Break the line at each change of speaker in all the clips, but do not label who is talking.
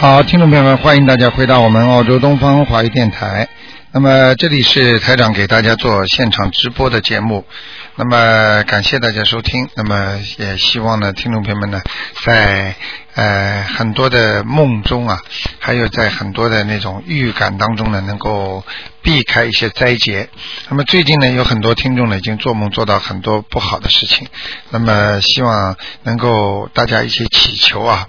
好，听众朋友们，欢迎大家回到我们澳洲东方华语电台。那么这里是台长给大家做现场直播的节目，那么感谢大家收听，那么也希望呢，听众朋友们呢，在呃很多的梦中啊，还有在很多的那种预感当中呢，能够避开一些灾劫。那么最近呢，有很多听众呢已经做梦做到很多不好的事情，那么希望能够大家一起祈求啊。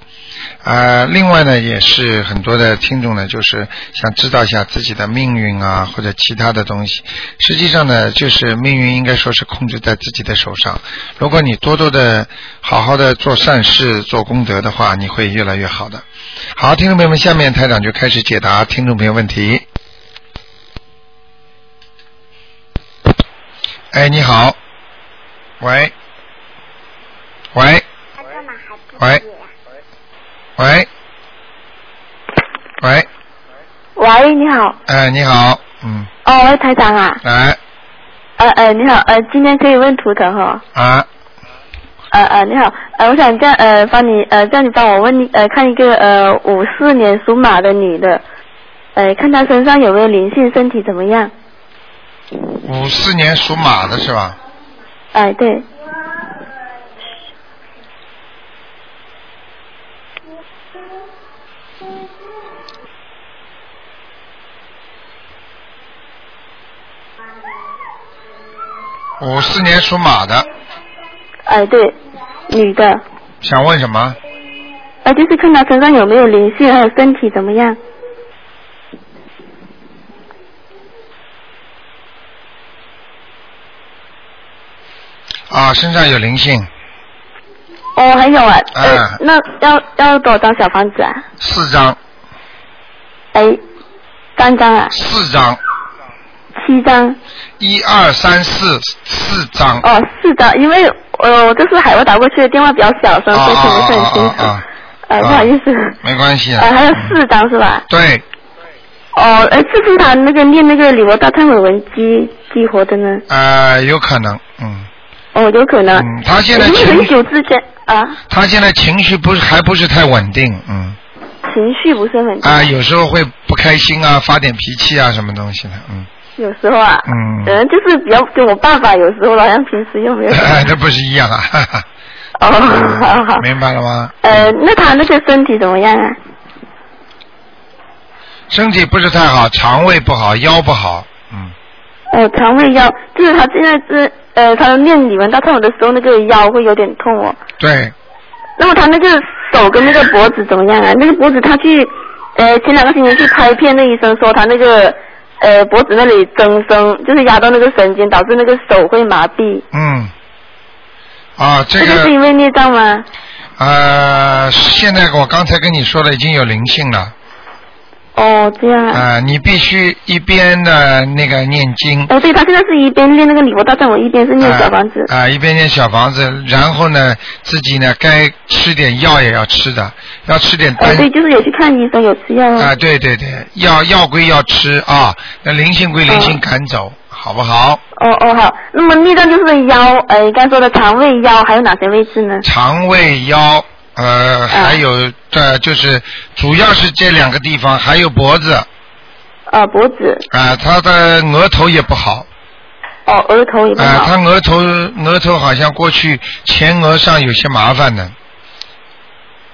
呃，另外呢，也是很多的听众呢，就是想知道一下自己的命运啊，或者其他的东西。实际上呢，就是命运应该说是控制在自己的手上。如果你多多的、好好的做善事、做功德的话，你会越来越好的。好，听众朋友们，下面台长就开始解答听众朋友问题。哎，你好，喂，喂，
他干嘛还不
喂
接呀？
喂，喂。
喂，你好，
哎，你好，嗯，
哦，喂，台长啊，
来
呃呃，你好，呃，今天可以问图腾哈，
啊，
呃呃，你好，呃，我想叫呃帮你呃叫你帮我问你呃看一个呃五四年属马的女的，呃看她身上有没有灵性，身体怎么样？
五四年属马的是吧？
哎、对，
五四年属马的，
哎、对，女的，
想问什么？
呃就是看她身上有没有灵性，还有身体怎么样？
啊，身上有灵性，
哦，还有啊，呃，
哎
那要要多少张小房子啊？
四张，
哎，三张啊，
四张，
七张。
一二三四四张。
哦，是的，因为呃，我这是海外打过去的电话比较小
哦
声，所以听不是很清楚。
啊！
呃，不好意思。
没关系
呃，还有
嗯
四张是吧？
对，
哦，呃，是不是他那个念那个礼佛大忏悔文激激活的呢？
呃，有可能，嗯，
哦，有可能。
嗯他现在
因为
情
很久之前啊，
他现在情绪不是还不是太稳定，嗯，
情绪不是很
啊、有时候会不开心啊，发点脾气啊，什么东西的，嗯
有时候啊，
嗯。
嗯，就是比较跟我爸爸有时候好像平时又没有。
那不是一样啊！哈哈
哦，好 好。
明白了吗？
呃，那他那个身体怎么样啊？
身体不是太好，肠胃不好，腰不好，嗯，
哦，肠胃腰，就是他现在是呃，他念你们大忏悔的时候，那个腰会有点痛哦。
对，
那么他那个手跟那个脖子怎么样啊？那个脖子他去，呃，前两个星期去拍片，那医生说他那个呃脖子那里增生，就是压到那个神经，导致那个手会麻痹。
嗯，啊，这
是
个
因为孽障吗？
呃，现在我刚才跟你说了，已经有灵性了，
哦，这样啊。
啊、你必须一边的那个念经，
哦，对，他现在是一边练那个礼佛大忏悔，一边是呃念小房子。
啊、啊一边念小房子，然后呢，自己呢该吃点药也要吃的，要吃点丹
哦，对，就是有去看医生，有吃药
啊、
啊。
对对对，药药归药吃啊，那灵性归灵性
嗯
赶走，好不好？
哦哦好，那么孽障就是腰，呃，刚才说的肠胃、腰，还有哪些位置呢？
肠胃、腰，
啊
呃，还有呃，就是主要是这两个地方，还有脖子啊、
呃，脖子，
他的额头也不好
哦，额头也
啊、
不好。
他额头额头好像过去前额上有些麻烦的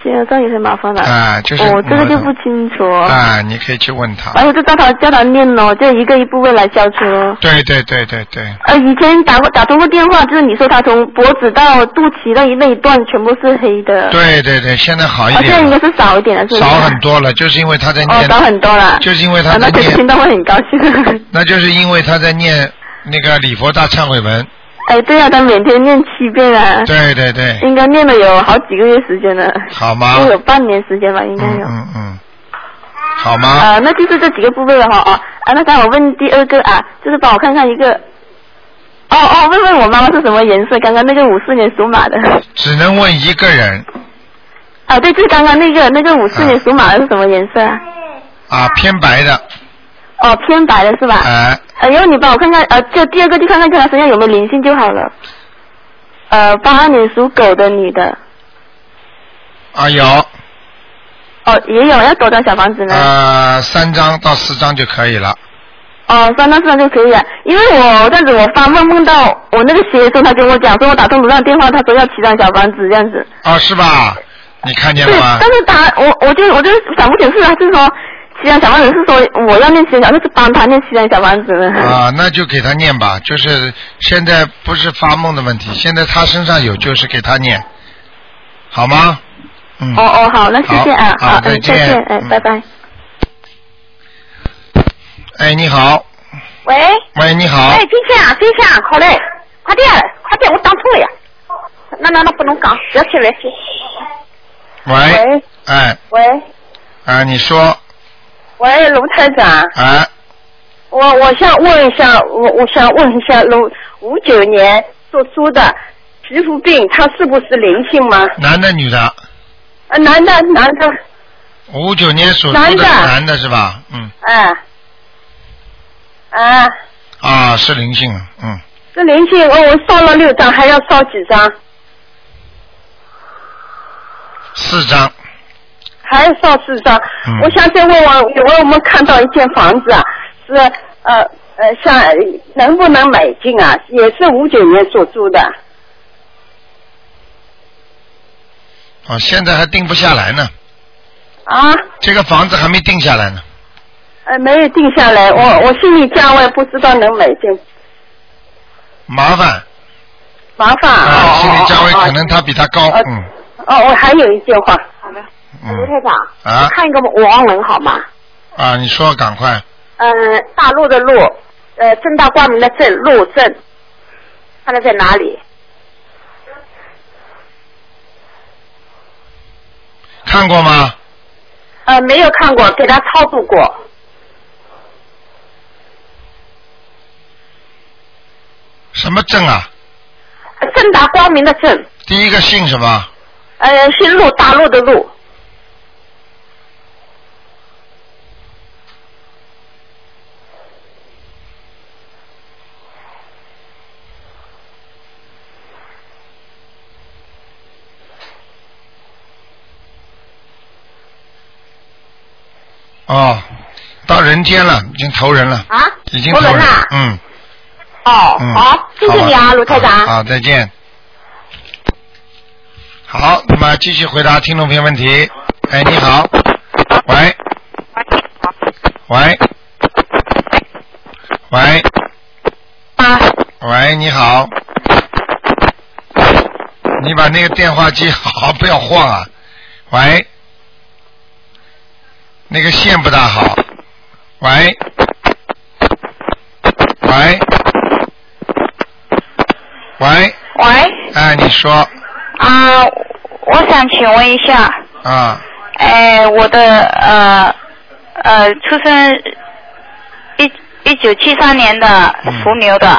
这样这样也很麻烦了。
啊就是
哦，这个就
我
不清楚。
啊、你可以去问他。
而且哎这叫他叫他念咯，就一个一步未来消除咯。
对对对对对，
呃，以前打过打通过电话，就是你说他从脖子到肚脐那一那一段全部是黑的。。
对对对，现在好一
啊，现在
点
应
了，
该是少一点了，是不是？
少很。多了，就是因为他在
哦，
念，
少很多了。
就是因为他
啊、
在
那可是
念，
听到会很高 兴。啊
那就是因为他在念那个礼佛大忏悔文，
哎，对啊，他每天念七遍啊。
对对对，
应该念了有好几个月时间了，
好吗？
都有半年时间吧，应该
嗯
有。
嗯嗯，好吗？
啊、那就是这几个部位了哈哦啊，那刚才我问第二个啊，就是帮我看看一个，哦哦，问问我妈妈是什么颜色？刚刚那个五四年属马的，
只能问一个人
啊对，就是刚刚那个那个五四年属马的是什么颜色啊？
啊，偏白的，
哦，偏白的是
啊
吧？
哎、
呃，然后你帮我看看，呃，就第二个就看看她身上有没有灵性就好了。呃，八二年属狗的女的，
啊有，
哦，也有要多张小房子
嗯
呢。
呃，三张到四张就可以了。
哦，三张四张就可以了，因为我这样子我发梦梦到我那个学生，他跟我讲说，我打通卢让电话，他说要七张小房子这样子。
哦，是吧？你看见
对
了，吗
但？是他我我就我就想不清是他是说七张小房子是说我要念七张小，那是帮他念七张小房子
嗯
呢。
啊，那就给他念吧。就是现在不是发梦的问题，现在他身上有，就是给他念，好吗？嗯。
哦哦，好，那谢谢啊，
好
好，
再
嗯，
见
再见，哎，
嗯
拜拜。
哎，你好，
喂，
喂，你好
哎，，金倩啊，金倩啊，好嘞，快点，快点，我打错了呀。那那那不能讲，要起来。
喂，
喂
哎，
喂
啊，你说，
喂，卢台长，
哎，
我我想问一下，我我想问一下，卢五九年属猪的皮肤病，它是不是灵性吗？
男的女的？
啊，男的男的，
五九年属
男
猪的
的
男的是吧？嗯，
哎、啊，
啊，是灵性，嗯，
这灵性我我烧了六张，还要烧几张？
四张，
还有上市上，
嗯
我想再问问，有我们看到一间房子啊，是呃呃，像能不能买进啊？也是五九年所租的，
啊，现在还定不下来呢，
啊，
这个房子还没定下来呢，
呃，没有定下来，我我心里价位不知道能买进，
麻烦，
麻烦
啊，
哦
心理价位
哦哦
可能他比他高，
哦
嗯
哦，我还有一句话，好的，
嗯，
长，
啊
看一个王人好吗？
啊，你说赶快，
嗯，大陆的陆，呃，正大光明的正，陆正，看他在哪里？
看过吗？
呃，没有看过，给他超度过。
什么证啊？
呃正大光明的正，
第一个姓什么？
呃，是陆大陆的陆，
哦，到人间了，已经投人了，
啊，
已经
投
投
人
人
啦，
嗯
哦，
嗯，
好，谢谢你
好
啊，
吧
卢台
好
长。
好，再见。好，那么继续回答听众朋友问题。哎，你好，喂，喂，喂，
啊，
喂，你好，你把那个电话机 好好不要晃啊，喂，那个线不大好，喂，喂，喂，
喂，
哎，你说
啊、我想请问一下，
啊，
哎，我的呃呃，出生一一九七三年的
嗯
属牛的，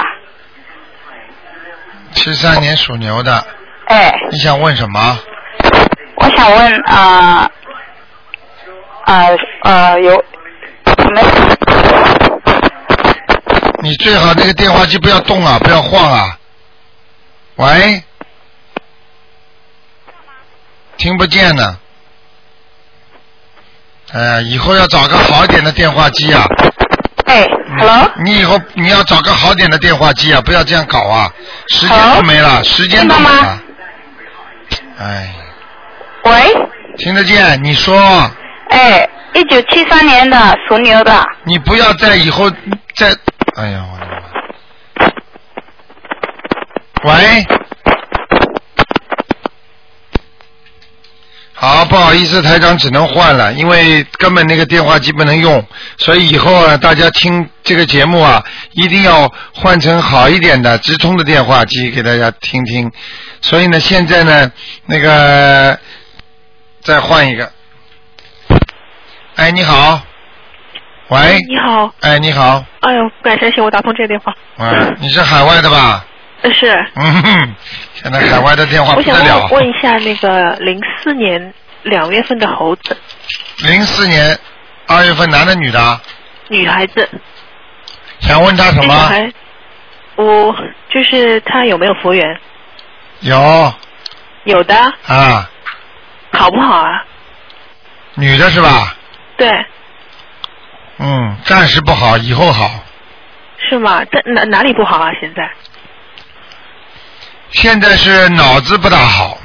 七三年属牛的，
哎，
你想问什么？
我想问啊啊呃有什么？
你最好那个电话机不要动啊，不要晃啊。喂，听不见呢。哎呀，以后要找个好一点的电话机啊。
哎，hello，
嗯
你以后你要找个好点的电话机啊，不要这样搞啊，时间都
Hello？
没了，时间都没
听到
了
吗。
哎，
喂，
听得见？你说。
哎，一九七三年的属牛的，
你不要再以后再，哎呀，我的妈！喂，好，不好意思，台长只能换了，因为根本那个电话机不能用，所以以后啊，大家听这个节目啊，一定要换成好一点的直通的电话机给大家听听。所以呢，现在呢，那个再换一个。哎，你好，喂，
你好，
哎，你好，
哎呦，感谢请我打通这个电话。
嗯，你是海外的吧？
呃是，
嗯哼，现在海外的电话
我
不
想
得了
问。问一下那个零四年两月份的猴子，
零四年二月份，男的女的啊？
女孩子，
想问他什
那小
么？
孩，我就是她有没有佛缘？
有
有的，
啊，
好不好啊？
女的是吧？
对，
嗯，暂时不好，以后好。
是吗？但哪哪里不好啊？现在
现在是脑子不大好，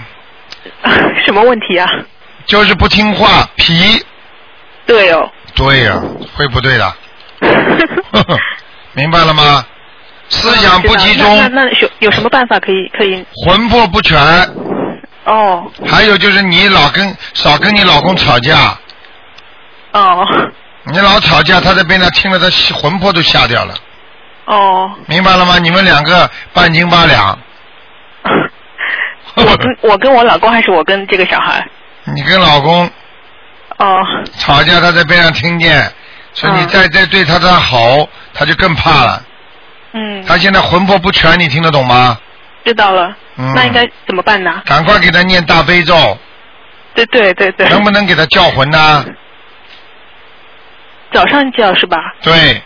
什么问题啊？
就是不听话，皮。
对哦，
对呀、会不对的， 呵呵明白了吗？思想不集中，
嗯那那那有有什么办法可以可以？
魂魄不全，
哦
还有就是你老跟少跟你老公吵架，
哦
你老吵架，他在边上听了，他魂魄都吓掉了，
哦，
明白了吗？你们两个半斤八两。
我跟我跟我老公还是我跟这个小孩？
你跟老公
哦
吵架，他在边上听见，所以你
嗯
再再对他的吼，他就更怕了。
嗯，
他现在魂魄不全，你听得懂吗？
知道了。
嗯
那应该怎么办呢？
赶快给他念大悲咒，
对对对对，
能不能给他叫魂呢？
早上叫是吧？
对，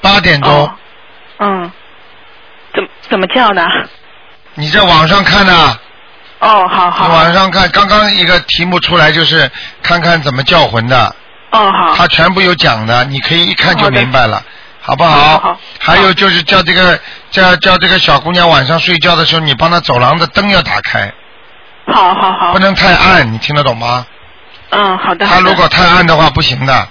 八点钟，
哦，嗯，怎么怎么叫呢？
你在网上看呐、
哦，好
你网
好，
上看，刚刚一个题目出来就是看看怎么叫魂的，
哦好，
它全部有讲的，你可以一看就
好的
明白了，好不
好好好
还有就是叫这个叫叫这个小姑娘晚上睡觉的时候，你帮她走廊的灯要打开，
好好好
不，能太暗，你听得懂吗？
嗯，好的。
她
好的
如果太暗的话不行的，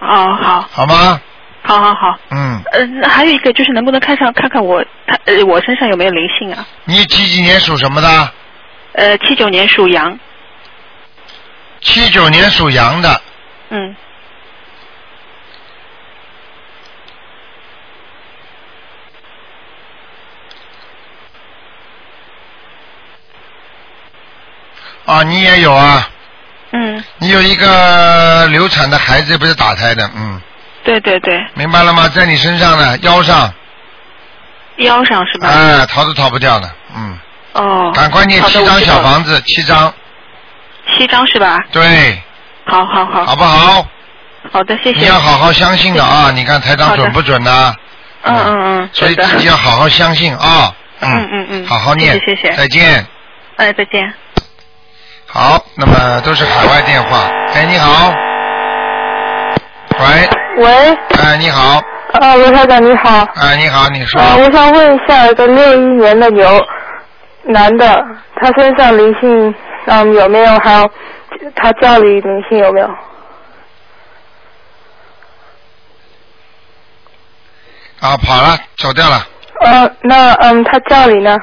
哦好，
好吗？
好好好，
嗯，
呃，那还有一个就是能不能看上看看我他呃我身上有没有灵性啊？
你几几年属什么的？
呃，七九年属羊，
七九年属羊的，
嗯，
啊，你也有啊，
嗯，
你有一个流产的孩子，不是打胎的，嗯，
对对对，
明白了吗？在你身上呢，腰上，
腰上是吧？
哎，逃都逃不掉的，嗯，
哦，
赶快念
好的
七张
我
小，
知道了
房子，七张，
七张是吧？
对，
好好好，
好不好？
好的，谢
你
谢
要。好好相信的啊！你看台长
好的
准不准呢？
嗯嗯嗯，
所以
对的
自己要好好相信啊！
嗯嗯嗯
好好念，
谢谢谢谢
再见。
哎，再见。
好，那么都是海外电话。哎，你好。喂，
喂，
哎，你好，
啊，罗校长你好，啊、
哎，你好，你说，
我想问一下，一个六一年的牛，男的，他身上灵性嗯有没有？还有他家里灵性有没有？
啊，跑了，走掉了。
呃，那嗯，他家里呢？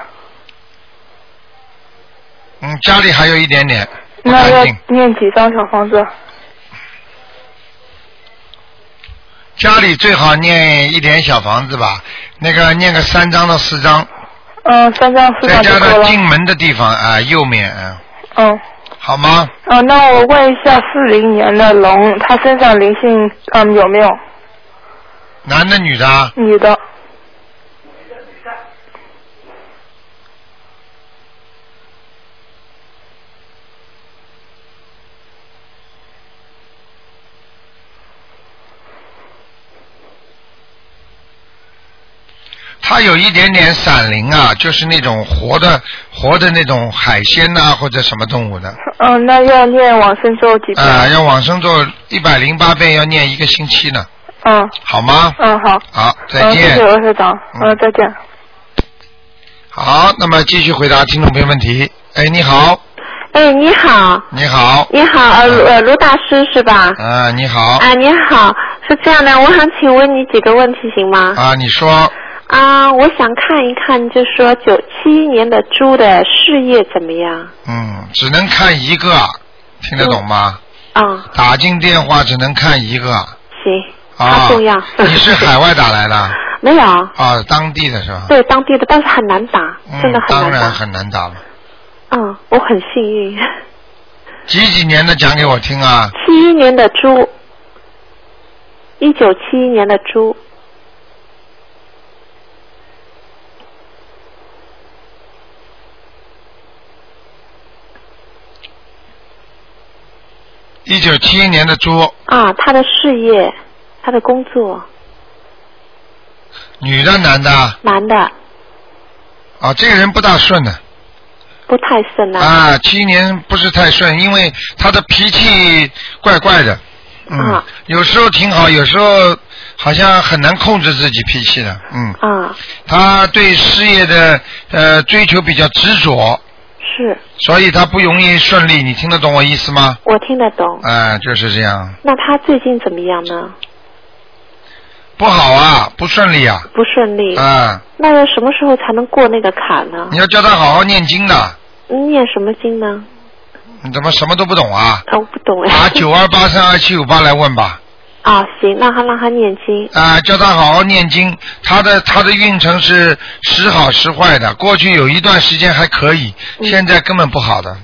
嗯，家里还有一点点不
那要
干净，
念几张小房子？
家里最好念一点小房子吧，那个念个三张到四张，
嗯，三张四
在
张就
家
够
的
了。
进门的地方啊、右面，嗯，
嗯，
好吗？
啊，那我问一下，四零年的龙，他身上灵性嗯有没有？
男的女的啊？
女的，
它有一点点闪灵啊，就是那种活的活的那种海鲜呐、或者什么动物的
嗯，那要念往生咒几遍？
啊、要往生咒一百零八遍，要念一个星期呢，
嗯
好吗？
嗯好，
好，啊再
嗯，谢
见
谢。罗校长，
嗯
嗯，再见。
好，那么继续回答听众朋友问题。哎，你好，
哎，你好，
你好，
你好，呃，卢呃卢大师是吧？
啊，你好，
啊，你好，是这样的，我想请问你几个问题行吗？
啊，你说
啊，我想看一看，就说九七年的猪的事业怎么样？
嗯，只能看一个，啊听得懂吗？
啊、
打进电话只能看一个
行，
啊
好。重要。
你是海外打 来的
没有？
啊？当地的是吧？
对当地的，但是很难打，真的
嗯，
很
当
难打
然。很难打了。
嗯，我很幸运。
几几年的讲给我听啊？
七一年的猪，一九七一年的猪，
一九七一年的猪，
啊，他的事业，他的工作，
女的男的啊？
男的，
啊，这个人不大顺的，
不太顺啊。
啊，七年不是太顺，因为他的脾气怪怪的，嗯，
啊
有时候挺好，有时候好像很难控制自己脾气的，嗯，
啊，
他对事业的呃追求比较执着，
是
所以他不容易顺利，你听得懂我意思吗？
我听得懂。
啊、就是这样，
那他最近怎么样呢？
不好啊，不顺利啊，
不顺利。
啊、
那要什么时候才能过那个坎
嗯
呢？
你要叫他好好念经的，
念什么经呢？
你怎么什么都不懂啊？
啊，我不懂 哎。
打九二八三二七五八来问吧。
啊，行，让他让他念经。
啊，叫他好好念经。他的他的运程是时好时坏的，过去有一段时间还可以，
嗯
现在根本不好的。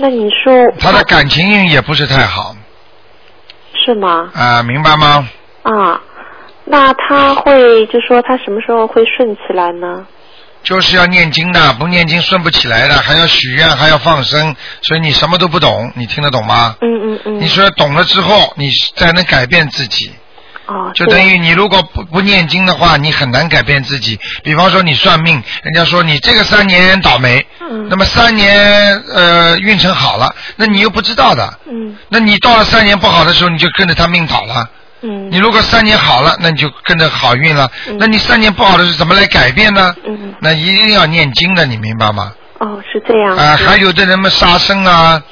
那你说
他的感情运也不是太好
是吗？
啊，明白吗？
啊，那他会就说他什么时候会顺起来呢？
就是要念经的，不念经顺不起来的，还要许愿，还要放生，所以你什么都不懂，你听得懂吗？
嗯嗯嗯。
你说懂了之后，你才能改变自己。
哦，
就等
对
于你如果不不念经的话，你很难改变自己。比方说你算命，人家说你这个三年倒霉，
嗯
那么三年呃运程好了，那你又不知道的，
嗯
那你到了三年不好的时候，你就跟着他命倒了。
嗯
你如果三年好了，那你就跟着好运了。那你三年不好的时候怎么来改变呢？
嗯
那一定要念经的，你明白吗？
哦，是这样
嗯
啊、
子。
还有的人们杀生啊，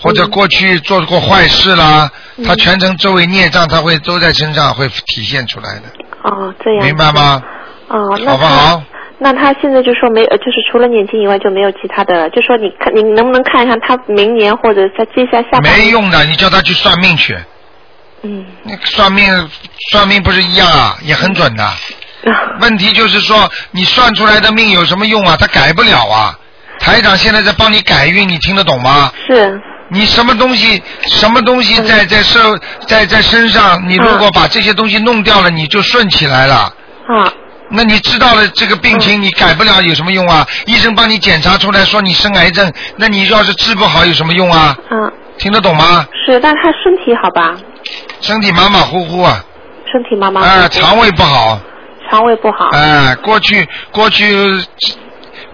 或者过去做过坏事啦，他全程周围孽障，他会都在身上会体现出来的。
哦，这样。
明白？吗？
哦，那
好不
他
好？
那他现在就说没，呃，就是除了念经以外就没有其他的了。就说你看，你能不能看一下他明年或者他接下下半年？
没。用的，你叫他去算命去，
嗯。
那个算命算命不是一样啊，也很准的。
啊
问题就是说，你算出来的命有什么用啊？他改不了啊。台长现在在帮你改运，你听得懂吗？
是
你什么东西，什么东西在在身在在身上，你如果把这些东西弄掉了，你就顺起来了。
啊，
那你知道了这个病情，你改不了有什么用啊？医生帮你检查出来说你生癌症，那你要是治不好有什么用啊？
嗯，
听得懂吗？
是，但他身体好吧？
身体马马虎虎啊，
身体妈妈
啊、肠胃不好，
肠胃不好
啊、。过去过去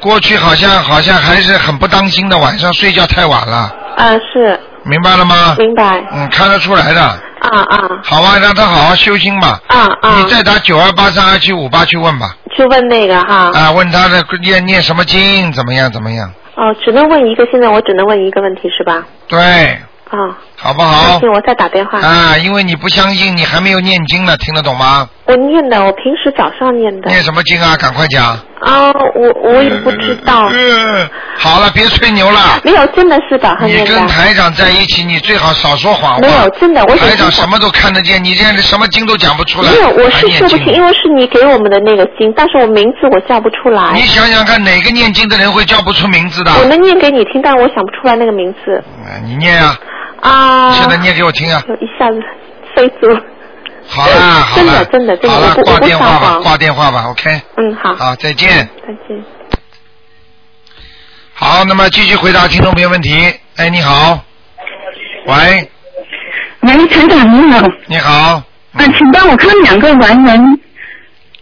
过去好像好像还是很不当心的，晚上睡觉太晚了，
啊，是，
明白了吗？
明白。
嗯，看得出来的。
啊啊
好吧，让他好好修心吧。
啊啊
你！再打九二八三二七五八去问吧，
去问那个哈
啊、。问他的念念什么经，怎么样怎么样？
哦，只能问一个，现在我只能问一个问题是吧？
对，
啊，
好不
那
好
行，？我再打电话。
啊，因为你不相信，你还没有念经呢，听得懂吗？
我念的，我平时早上念的。
念什么经啊？赶快讲。
啊，我我也不知道，
嗯，好了，别吹牛了。
没有，真的是早上
你
念的
跟。台长在一起，你最好少说谎
啊
话。
没有真的我只是
台长
想
什么都看得见，你这样的什么经都讲不出来。
没有，我
还
是
念
说不
经
清，因为是你给我们的那个经，但是我名字我叫不出来
你。想想看，哪个念经的人会叫不出名字的？
啊我能念给你听，但我想不出来那个名字
嗯你念啊，
啊。
现在念给我听啊。
就一下子飞足。
好啦，好
真的
啦，
真的真的
好啦
我，不
挂
我不
电话
撒
吧，
谎
挂电话吧，OK。
嗯，好，
好，再见。
再见。
好，那么继续回答听众朋友问题。哎，你好。喂，
喂，陈长你好，
你好。
啊，请帮我看两个文人，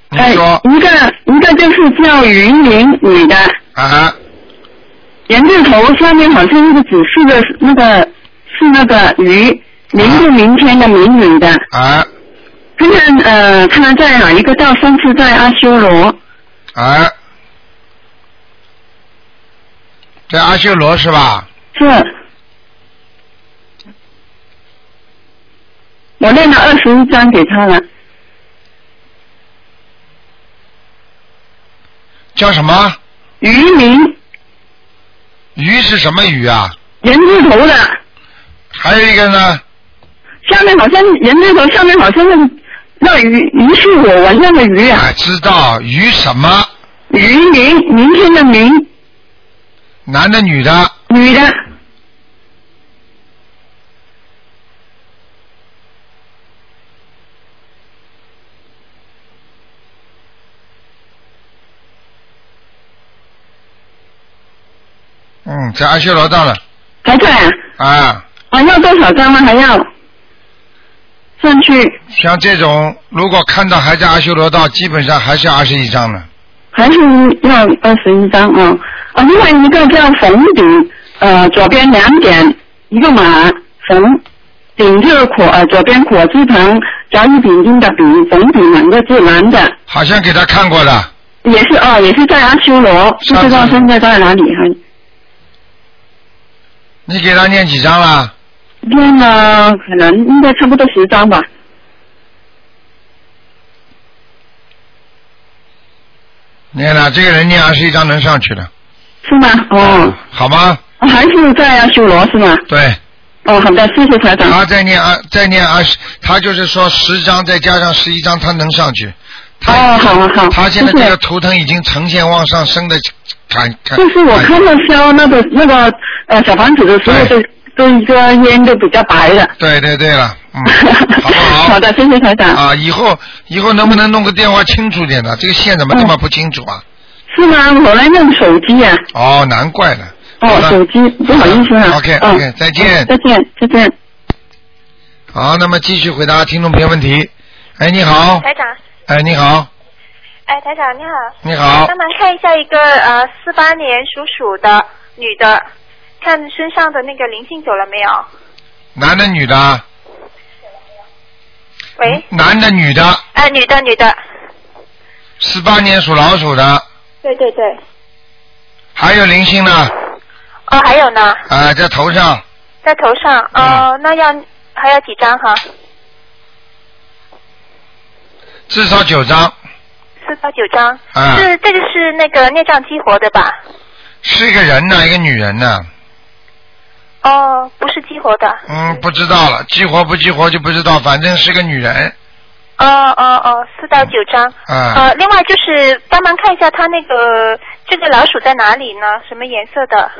你说
呃、一个一个就是叫云林女的，
啊哈，
人字头下面好像一个指示的那个是那个鱼，明是明天的明女的，
啊
她呢呃她在哪一个道上是在阿修罗，
啊，在阿修罗是吧？
是，我练了二十一章给她了，
叫什么？
鱼林
鱼是什么鱼啊？
人字头的。
还有一个呢？
下面好像人字头下面好像是那鱼鱼是我闻那个鱼啊，
啊，知道鱼什么？
鱼明明天的明
男的女的？
女的
嗯，在阿修罗道了
还在啊？
啊。
还要多少张吗？还要上去
像这种，如果看到还在阿修罗道，基本上还是二十一章呢。
还是要二十一张啊、哦？啊，另外一个叫冯鼎，呃，左边两点一个马，冯鼎就是火，呃，左边火字旁甲乙丙丁的丙，冯鼎两个字，男的，
好像给他看过了，
也是哦，也是在阿修罗，不知道现在在哪里哈。
你给他念几张了？
念了可能应该差不多十张吧。
念了，这个人念二十一张能上去的，
是吗？哦，
好吗？
还是在阿修罗是吗？
对，
哦，好的，谢谢台长。
他再念二，再念二十，他就是说十张再加上十一张，他能上去。他
哦，好好好，
他现在
谢谢
这个图腾已经呈现往上升的感感。
就是我看到烧那个那个呃小房子的时候，
对
都都一个烟都比较白的。
对对对了， 嗯，好不好？
好的，谢嗯谢台长。
啊，以后以后能不能弄个电话清楚点的？这个线怎么这
嗯
么不清楚啊？
是吗？我来用手机啊。
哦，难怪了。好
哦，
的
手机，不好意思啊。
OK
嗯
OK，再见。
再见，再见。
好，那么继续回答听众朋友问题。哎，你好，
台长，
哎，你好，
哎，台长你好。
你好
哎
帮忙看一下一个呃四八年属鼠的女的，看身上的那个灵性走了没有？
男的女的？
喂，
男的女的？
哎、女的女的，
十八年属老鼠的，
对对对，
还有灵性呢，
哦还有呢，
啊，在头上，
在头上，哦、那要还要几张哈？
至少九张，
四到九张，
啊
是这个是那个孽障激活的吧？
是一个人呢，一个女人呢，
哦，不是激活的，
嗯，不知道了，激活不激活就不知道，反正是个女人，
哦哦哦，四到九张。
啊，
呃，另外就是帮忙看一下它那个这个老鼠在哪里呢？什么颜色的？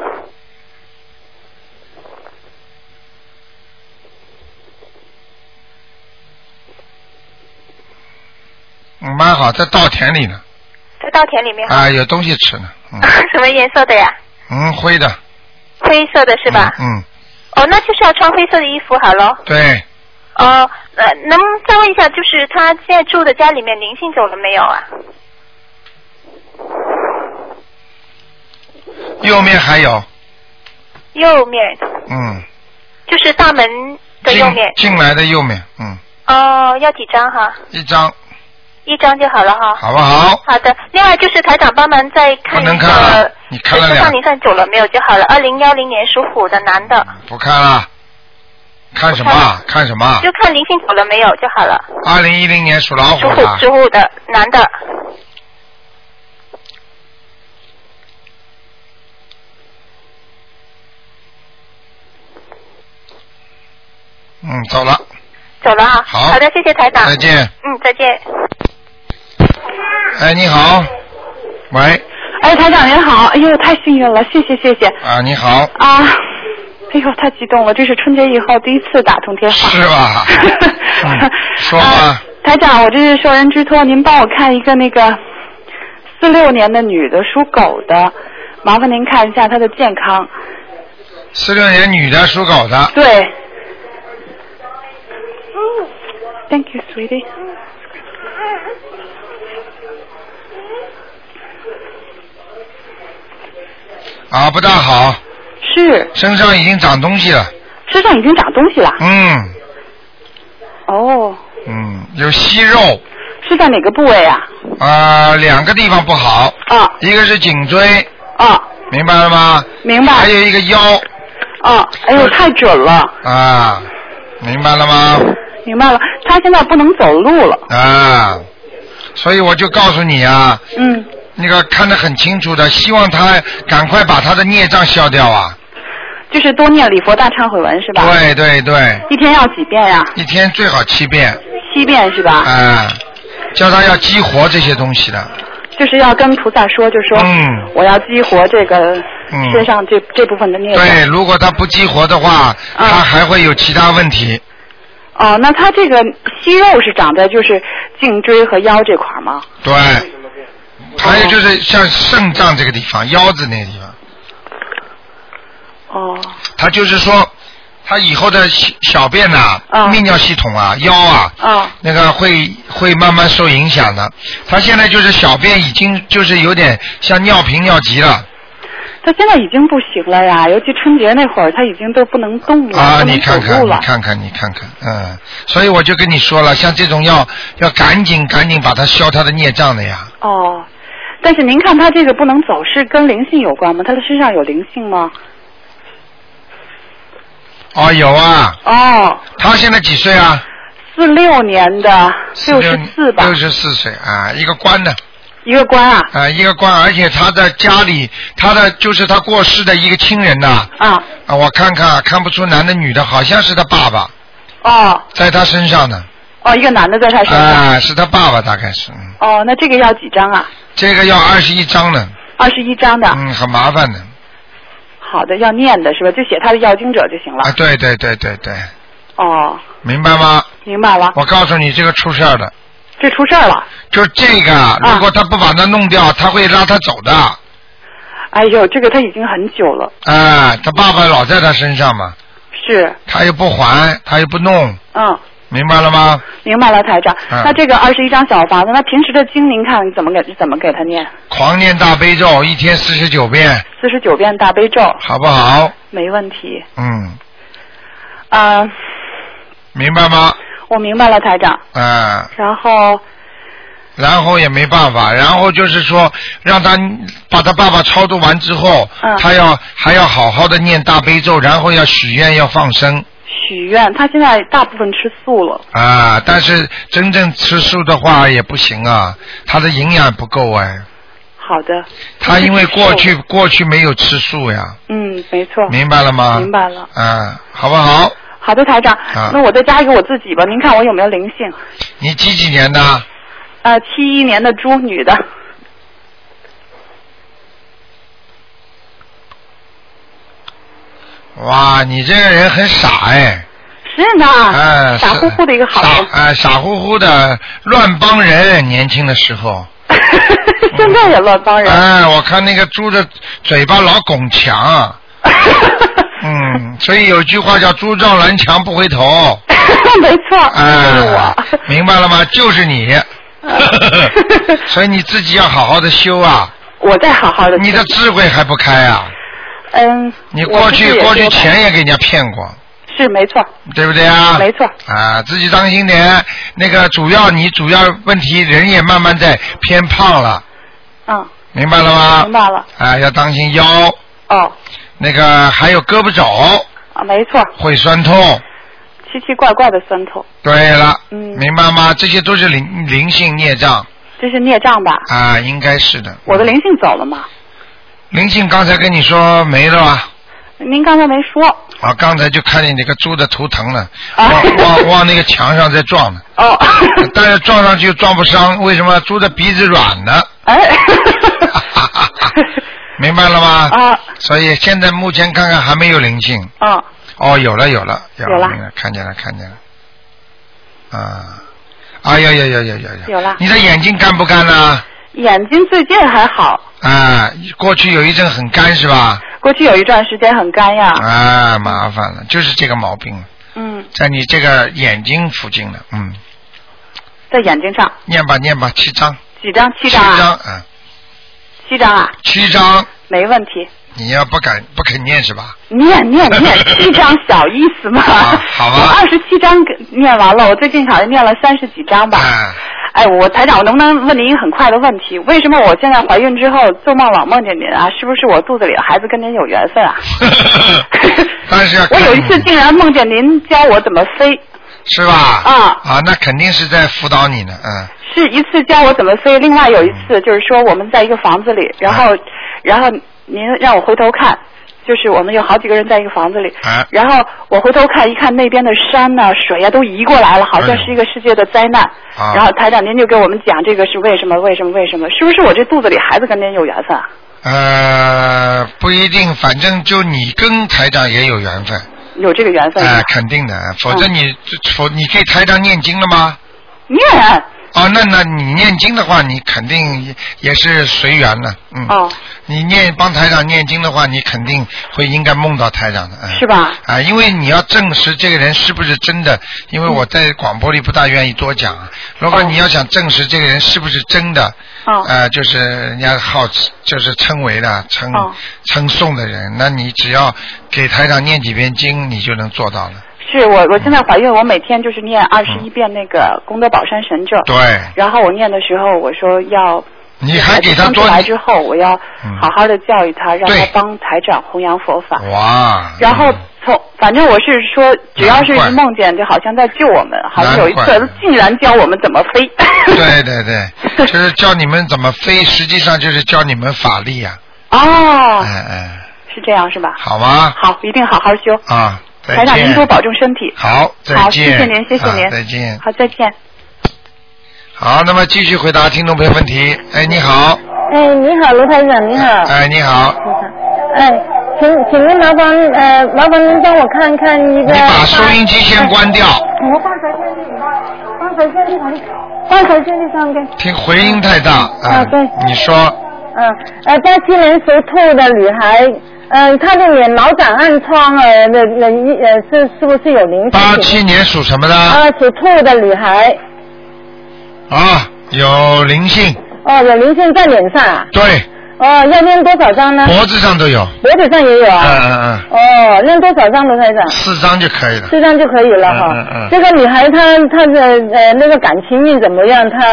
嗯蛮好，在稻田里呢，
在稻田里面。
啊，有东西吃呢，嗯
什么颜色的呀？
嗯，灰的，
灰色的是吧？
嗯，
哦，那就是要穿灰色的衣服好咯。
对，
哦，呃，能再问一下，就是他现在住的家里面灵性走了没有啊？
右面还有，
右面，
嗯，
就是大门的
进
右面。
进来的右面，嗯，
哦，要几张哈？
一张，
一张就好了哈。
好不好？
好的，另外就是台长帮忙再
不
看一
能看
个
了，你看了
身上
两，
灵性走了没有就好了。二零幺零年属虎的男的，
嗯不看了，看什么啊？看什么啊？
就看灵性走了没有就好了。
二零一零年属老虎
属虎
的，
属虎的男的，
嗯，走了，
走了哈。
好
好的，谢谢台长。
再见。
嗯，再见。
哎，你好，喂，
哎，台长您好，哎呦，太幸运了，谢谢谢谢
啊，你好，
啊！哎呦，太激动了，这是春节以后第一次打通电话。啊
是吧？嗯说吧，
台长，我这是受人之托，您帮我看一个那个四六年的女的，属狗的，麻烦您看一下她的健康。
四六年女的属狗的，
对。Thank you, sweetie.
啊，不大好，
是
身上已经长东西了，
身上已经长东西了。
嗯
哦，
嗯，有息肉
是在哪个部位啊？
啊、两个地方不好，
啊
一个是颈椎，
啊，
明白了吗？
明白。
还有一个腰
啊，哎呦，太准了，
啊，明白了吗？
明白了，她现在不能走路了。
啊，所以我就告诉你啊，
嗯，
那个看得很清楚的，希望他赶快把他的孽障消掉啊。
就是多念礼佛大忏悔文是吧？
对对对，
一天要几遍呀、
一天最好七遍，
七遍是吧？
啊，叫他要激活这些东西的，
就是要跟菩萨说，就说、
嗯
我要激活这个
嗯
身上这、这部分的孽障。
对，如果他不激活的话，他还会有其他问题，
哦，那他这个息肉是长在就是颈椎和腰这块儿吗？
对。还有就是像肾脏这个地方，腰子那个地方，
哦，
他就是说，他以后的小小便呐、泌尿系统啊、腰啊，
哦，
那个会会慢慢受影响的。他现在就是小便已经就是有点像尿频尿急了，
他现在已经不行了呀，尤其春节那会儿，他已经都不能动了，
啊，
不能
你看
走
看，
路
你
了。
看看，你看看，嗯，所以我就跟你说了，像这种要要赶紧赶紧把它消它的孽障的呀。
哦，但是您看他这个不能走，是跟灵性有关吗？他的身上有灵性吗？
哦，有啊，
哦，
他现在几岁啊？
四六年的六十四吧
六，十四岁啊，一个官的。
一个官啊。
啊，一个官，而且他的家里，他的就是他过世的一个亲人呐、
啊。
啊，我看看啊，看不出男的女的，好像是他爸爸，
哦
在他身上呢。
哦，一个男的在他身上。
啊，是他爸爸，大概是。嗯
哦，那这个要几张啊？
这个要二十一张呢，
二十一张的。
嗯，很麻烦的。
好的，要念的是吧？就写他的要经者就行了。
啊，对对对对对，
哦，
明白吗？
明白了，
我告诉你，这个出事儿的。
这出事儿了。
就这个，啊
啊
如果他不把它弄掉，他会拉他走的。
哎呦，这个他已经很久了，
啊，他爸爸老在他身上嘛，
是，
他又不还，他又不弄，
嗯，
明白了吗？
明白了，台长。
嗯
那这个二十一张小房子，那平时的经您看怎么给怎么给他念？
狂念大悲咒，一天四十九遍，
四十九遍大悲咒，
好不好？
没问题。
嗯，
啊、
明白吗？
我明白了，台长。
啊，
然后
然后也没办法，然后就是说，让他把他爸爸超度完之后，
嗯
他要还要好好的念大悲咒，然后要许愿，要放生
许愿，他现在大部分吃素了。
啊。但是真正吃素的话也不行啊，他的营养不够哎。
好的。
他因为过去
就是吃素
过去没有吃素呀，
嗯，没错。
明白了吗？
明白了。
啊，好不好？
好的，台长。
啊
那我再加一个我自己吧，您看我有没有灵性？
你几几年的？
呃，七一年的猪，女的。
哇，你这个人很傻哎，
是呢。
哎
啊傻乎乎的一个好人。
啊，傻乎乎的，乱帮人，年轻的时候。
现在也乱帮人。
哎，我看那个猪的嘴巴老拱墙。嗯，所以有句话叫“猪撞南墙不回头”。
没错。
哎，明白了吗？就是你。
啊
所以你自己要好好的修啊。
我在好好的。
你的智慧还不开啊？
嗯。
你
我
过
自己也
去过去
说吧
钱也给人家骗过。
是没错。
对不对啊？
没错。
啊，自己当心点。那个主要你主要问题人也慢慢在偏胖了，
嗯。
明白了吗？
明白了。
啊，要当心腰。
哦。
那个还有胳膊肘
啊，没错，
会酸痛。
奇奇怪怪的酸痛，
对了，
嗯
明白吗？这些都是灵灵性孽障
这是孽障吧？
啊，应该是的。
我的灵性走了吗？
灵性刚才跟你说没了吧？
您刚才没说。
啊，刚才就看见那个猪的图腾了，
啊
往往往那个墙上在 撞呢。
哦。
但是撞上去又撞不伤，为什么？猪的鼻子软呢。
哎。
明白了吗？
啊。
所以现在目前看看还没有灵性。
嗯，
哦，有了有了
有
了
了
明白，看见了看见了。啊，啊有有有有有有。
有了
你的眼睛干不干呢？
眼睛最近还好，
啊，过去有一阵很干是吧？
过去有一段时间很干呀。
啊，麻烦了，就是这个毛病
嗯，
在你这个眼睛附近了，嗯，
在眼睛上，
念吧念吧，七张，
几张？七
七
张啊？
张，嗯，
七张啊？
七张，
没问题，
你要不敢不肯念是吧？
念念 念，七张小意思嘛。
啊好
我
吧，
二十七章给念完了，我最近好像念了三十几章吧。
啊
哎，我台长，我能不能问您一个很快的问题？为什么我现在怀孕之后做梦老梦见您啊？是不是我肚子里的孩子跟您有缘分啊？
但 是要
我
看
有一次竟然梦见您教我怎么飞，
是吧？
啊
啊，那肯定是在辅导你呢，嗯，
是一次教我怎么飞，另外有一次就是说我们在一个房子里，然
哎
后、然后您让我回头看。就是我们有好几个人在一个房子里，
啊
然后我回头看一看那边的山呐、水呀、都移过来了，好像是一个世界的灾难。
啊，
然后台长您就给我们讲这个是为什么，为什么，为什么？是不是我这肚子里孩子跟您有缘分啊？
呃，不一定，反正就你跟台长也有缘分，
有这个缘分
哎、
吗？
肯定的，否则你，否、你给台长念经了吗？
念、
哦，那那你念经的话，你肯定也也是随缘了，嗯。
哦。
你念帮台长念经的话，你肯定会应该梦到台长的，嗯。
是吧？
啊，因为你要证实这个人是不是真的，因为我
嗯
在广播里不大愿意多讲。啊如果你要想证实这个人是不是真的，
哦
呃，就是人家号就是称为的称、
哦
称颂的人，那你只要给台长念几遍经，你就能做到了。
是我我现在怀孕，我每天就是念二十一遍那个功德宝山神咒。
对。
然后我念的时候，我说要。
你还给他
生
多嗯
出来之后，我要好好的教育他，让他
对
帮台长弘扬佛法。
哇！嗯
然后从反正我是说，只要是
难怪
梦见，就好像在救我们，好像有一
难怪
次竟然教我们怎么飞。
对对对，就是教你们怎么飞，实际上就是教你们法力呀、
哦，
哎哎，
是这样是吧？
好吗？
好，一定好好修。
啊，再
台长，
见
您多保重身体。
好，再见。
好，谢谢您，谢谢您。
啊再见。
好，再见。
好，那么继续回答听众朋友问题。哎，你好，
哎，你好，卢台长，你好。
哎，你好，
哎，请请您麻烦呃，麻烦您帮我看看一个。你把
收音机先关掉。
我放在这里吧，放在这里旁边，放在这里旁边。
听回音太大啊
啊对。
你说，
嗯，呃，八七年属兔的女孩，嗯、她的脸毛长暗疮呃，那那一呃是是不是有灵性？
八七年属什么的？
啊，属兔的女孩，
啊，有灵性，
哦，有灵性在脸上啊，
对，
哦，要念多少张呢？
脖子上都有。
脖子上也有
嗯
啊，
嗯嗯，
哦，念多少张，卢台长？
四张就可以了。
这样就可以了哈。
嗯嗯嗯
这个女孩她她的呃那个感情运怎么样？她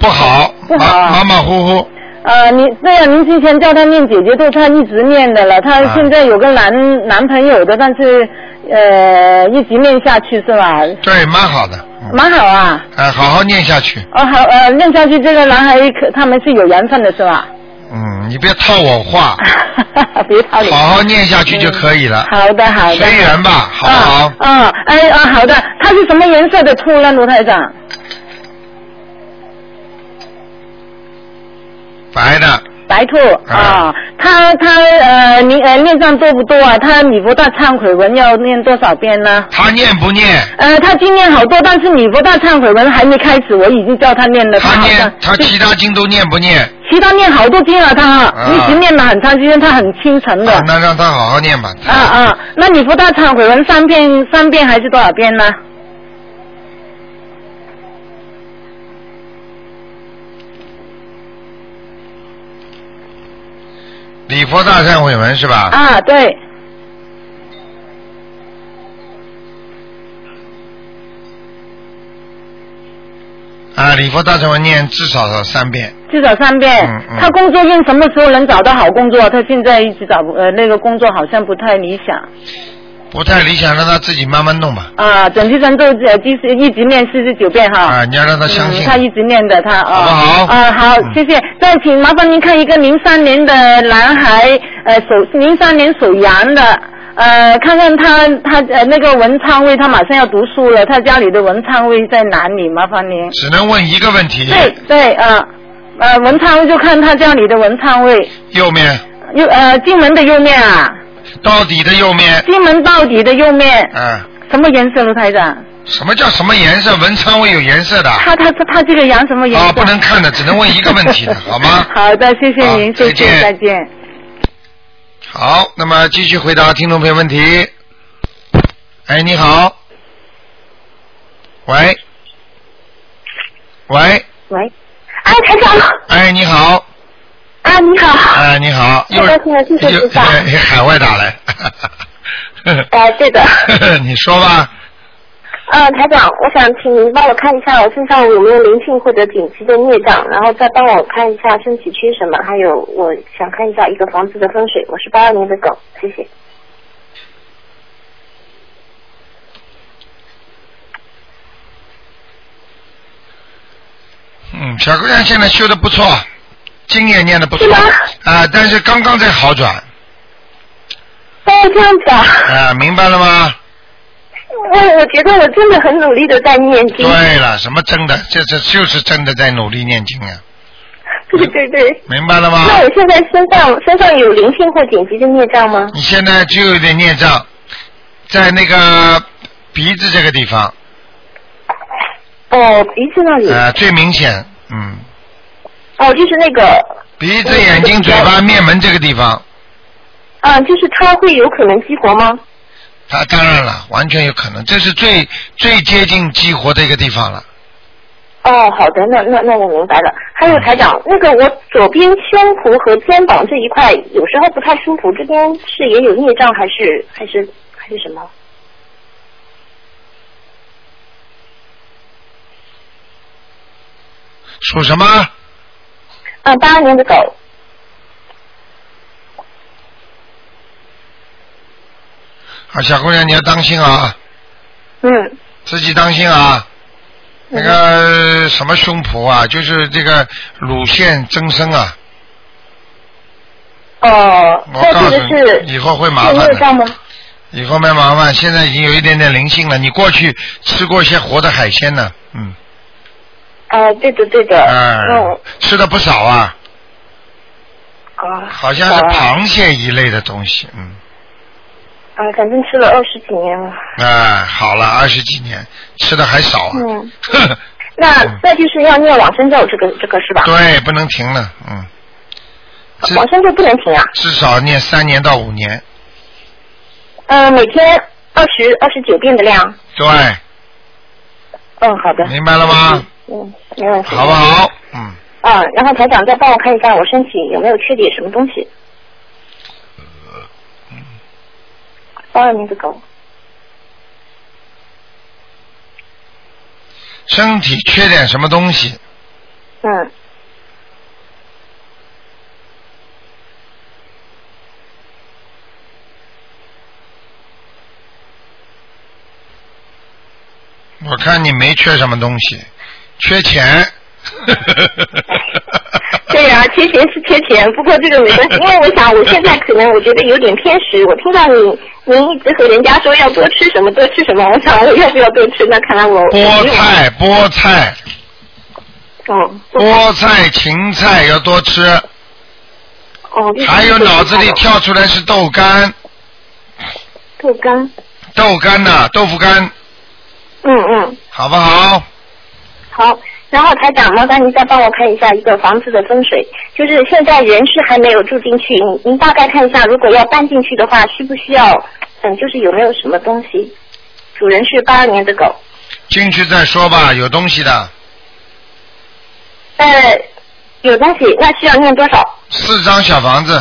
不好，
不好啊
马马虎虎。
呃，你对呀、您之前叫她念姐姐咒，她一直念的了。她
啊
现在有个男、男朋友的，但是呃一直念下去是吧？
对，蛮好的，嗯
蛮好啊。
哎，好好念下去。
哦好呃念下去，这个男孩可他们是有缘分的是吧？
嗯，你别套我话，
别操你。
好好念下去就可以了。
好的好的。
随缘吧，好不好？
嗯，哎啊，好的，它是什么颜色的兔呢，卢台长？
白的，
白兔啊，他他呃，您呃念上多不多啊？他礼佛大忏悔文要念多少遍呢？
他念不念？
呃，他今年好多，但是礼佛大忏悔文还没开始，我已经叫他念了。他好像
他其他经都念不念？
其他念好多经啊，他、
啊
一直念了很长时间，他很清晨的。
啊那让他好好念吧。
啊啊，那礼佛大忏悔文三遍三遍还是多少遍呢？
礼佛大忏悔文是吧？
啊，对，
啊，礼佛大忏悔念至少要三遍。
至少三遍。
嗯嗯
他工作运什么时候能找到好工作？他现在一直找不呃那个工作好像不太理想。
不太理想，让他自己慢慢弄吧。
啊，准提神咒呃，就是一直念四十九遍哈。
啊，你要让他相
嗯
信。
他一直念的他啊。
好不好嗯
啊，好，谢谢。再请麻烦您看一个零三年的男孩，呃，属零三年属羊的，呃，看看他他呃那个文昌位，他马上要读书了，他家里的文昌位在哪里？麻烦您。
只能问一个问题。
对对，呃呃，文昌位就看他家里的文昌位，
右面
右呃进门的右面啊，
到底的右面，
进门到底的右面，
啊，
什么颜色，卢台长？
什么叫什么颜色？文昌位有颜色的。
他他他他这个羊什么颜色？
啊，不能看的，只能问一个问 题的，好吗？
好的，谢谢您，
好
谢
再见
谢，再见。
好，那么继续回答听众朋友问题。哎，你好，喂，喂，
喂，哎，台长，
哎，你好，
啊，你好，
哎，你好，又
太高兴了，谢谢
又
菩萨。
哎 海外打来，
哎，对的，
你说吧，
呃，台长，我想请您帮我看一下我身上有没有灵性或者紧急的孽障，然后再帮我看一下身体缺什么，还有我想看一下一个房子的风水。我是八二年的狗，谢谢。
嗯，小姑娘现在修的不错，经也念的不错，啊，但是刚刚在好转，
哦，这样子啊，
啊，明白了吗？
我我觉得我真的很努力的在念经。
对了，什么真的，这这就是真的在努力念经啊，
对对对。
明白了吗？
那我现在身上身上有灵性或紧急的孽障吗？
你现在就有点孽障，在那个鼻子这个地方，
哦，鼻子那里。
呃，最明显，嗯，
哦，就是那个，
鼻子、眼睛、嘴巴、面门这个地方，
啊，就是它会有可能激活吗？
它当然了，完全有可能，这是最最接近激活的一个地方了。
哦，好的，那那那我明白了。还有台长，那个我左边胸脯和肩膀这一块有时候不太舒服，这边是也有孽障还是还是还是什么？
属什么？
啊，八二年的狗，
啊，小姑娘你要当心啊，
嗯，
自己当心啊。那个什么胸脯啊，就是这个乳腺增生啊，
哦，
我
那
告
这个
诉
是
你以后会麻烦的
是孽障吗？
以后没麻烦。现在已经有一点点灵性了，你过去吃过一些活的海鲜呢，嗯，
啊，对的对的，
哎
嗯，
吃的不少啊，
啊，
好像是
好啊
螃蟹一类的东西，嗯，
啊，反正吃了二十几年了，
哎，好了，二十几年吃的还少啊，
嗯， 那那就是要念往生咒，这个这个是吧？
对，不能停了，嗯，
往生咒不能停啊，
至少念三年到五年，
嗯、每天二十二十九遍的量，
对，
嗯，好的，
明白了吗？
嗯，没问题，
好不？好？嗯。
啊，然后台长再帮我看一下我身体有没有缺点什么东西。
嗯
八二年的狗，
身体缺点什么东西？
嗯，
我看你没缺什么东西，缺 钱。
对啊，缺钱是缺钱，不过这个没关 系，因为我想我现在可能我觉得有点偏食，我听到你您一直和人家说要多吃什么多吃什么，我想我要不要多吃？那看来我
菠菜，菠菜，
哦
菠菜、芹菜要多吃，
哦，
还有脑子里跳出来是豆干，
豆干，
豆干呐、豆腐干，
嗯嗯，
好不好？
好。然后台长，麻烦您再帮我看一下一个房子的风水，就是现在人是还没有住进去，您您大概看一下，如果要搬进去的话，需不需要，嗯，就是有没有什么东西？主人是八二年的狗，
进去再说吧，有东西的，
呃，有东西，那需要念多少？
四张小房子，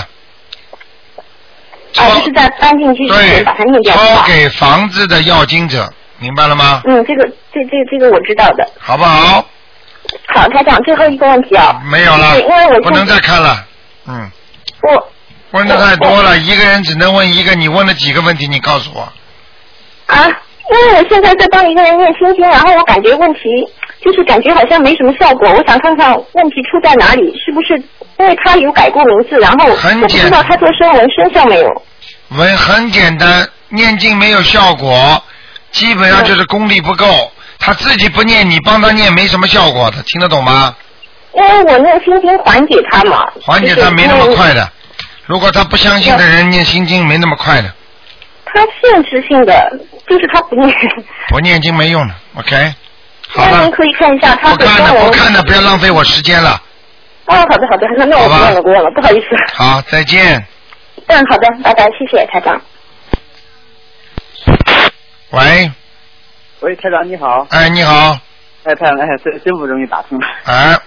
啊，就是在搬进去之前把它念掉，是
包
吧？
给房子的要经者，明白了吗？
嗯，这个这这这个我知道的。
好不好？
好，台长，最后一个问题啊。
没有了
对因为我，
不能再看了，嗯。
我
问的太多了，一个人只能问一个。你问了几个问题？你告诉我。
啊，因为我现在在帮一个人念心经，然后我感觉问题就是感觉好像没什么效果，我想看看问题出在哪里，是不是因为他有改过名字，然后我不知道他做声纹生效没有？
文很简单，念经没有效果，基本上就是功力不够。他自己不念，你帮他念没什么效果的，听得懂吗？
因为我念心经缓解他嘛，
缓解
就是
他没那么快
因为
的。如果他不相信的人念心经没那么快的，
他限制性的，就是他不念。
不念经没用的。OK，
那您可以看一下他
不
的
看
声
了，
纹。
不看了，不要浪费我时间了。
哦，好的好的，那那我不
好吧
用了不用了，不好意思。
好，再见。
嗯，好的，拜拜，谢谢台长。
喂，
喂，台长你好。
哎，你好。
哎，台长，哎，真真不容易打通了。
哎，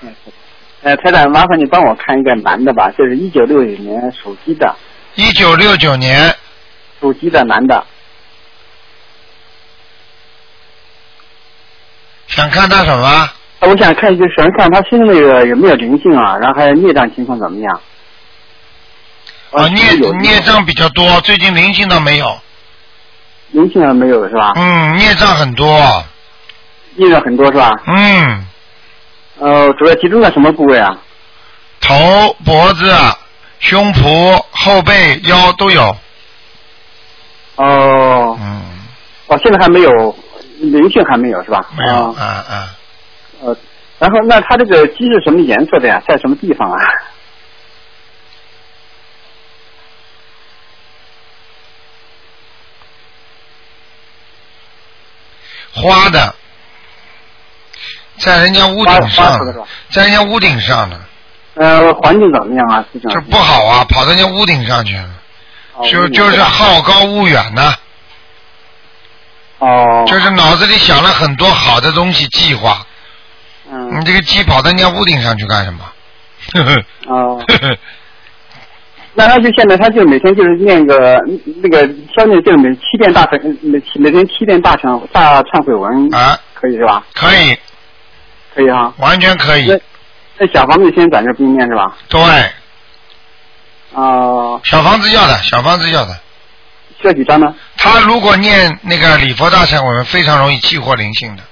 哎，台长，麻烦你帮我看一个男的吧，就是一九六九年属鸡的，
一九六九年
属鸡的男的，
想看他什么？
啊
呃我想看一个，想看他身上那个有没有灵性啊，然后还有孽障情况怎么样？
啊，孽
有
孽障比较多，最近灵性倒没有。
灵性没有
啊
是吧？
嗯，孽障很多。
孽障很多是吧？
嗯，
呃，主要集中在什么部位啊？
头、脖子、胸脯、后背、腰都有。
哦。
嗯。
哦，现在还没有灵性，还没有是吧？
没有
哦
啊啊，
呃，然后那他这个鸡是什么颜色的呀？在什么地方啊？
花的，在人家屋
八八
顶上
十的是
的
吧，
在人家屋顶上的。
呃，环境怎么样啊？
这不好啊，跑到人家屋顶上去了，就
哦屋顶
就是好高骛远呐、
哦。
就是脑子里想了很多好的东西计划，
嗯。
你这个鸡跑到人家屋顶上去干什么？呵呵
哦。
呵呵
那他就现在，他就每天就是念个那个消灭，就是每七遍大忏，每每天七遍大忏大忏悔文
啊，
可以是吧？
可以，
可以哈，
完全可以。
那那小房子先暂时不念是吧？
对，
哦、
小房子要的，小房子要的。
这几张呢？
他如果念那个礼佛大忏悔文，非常容易激活灵性的。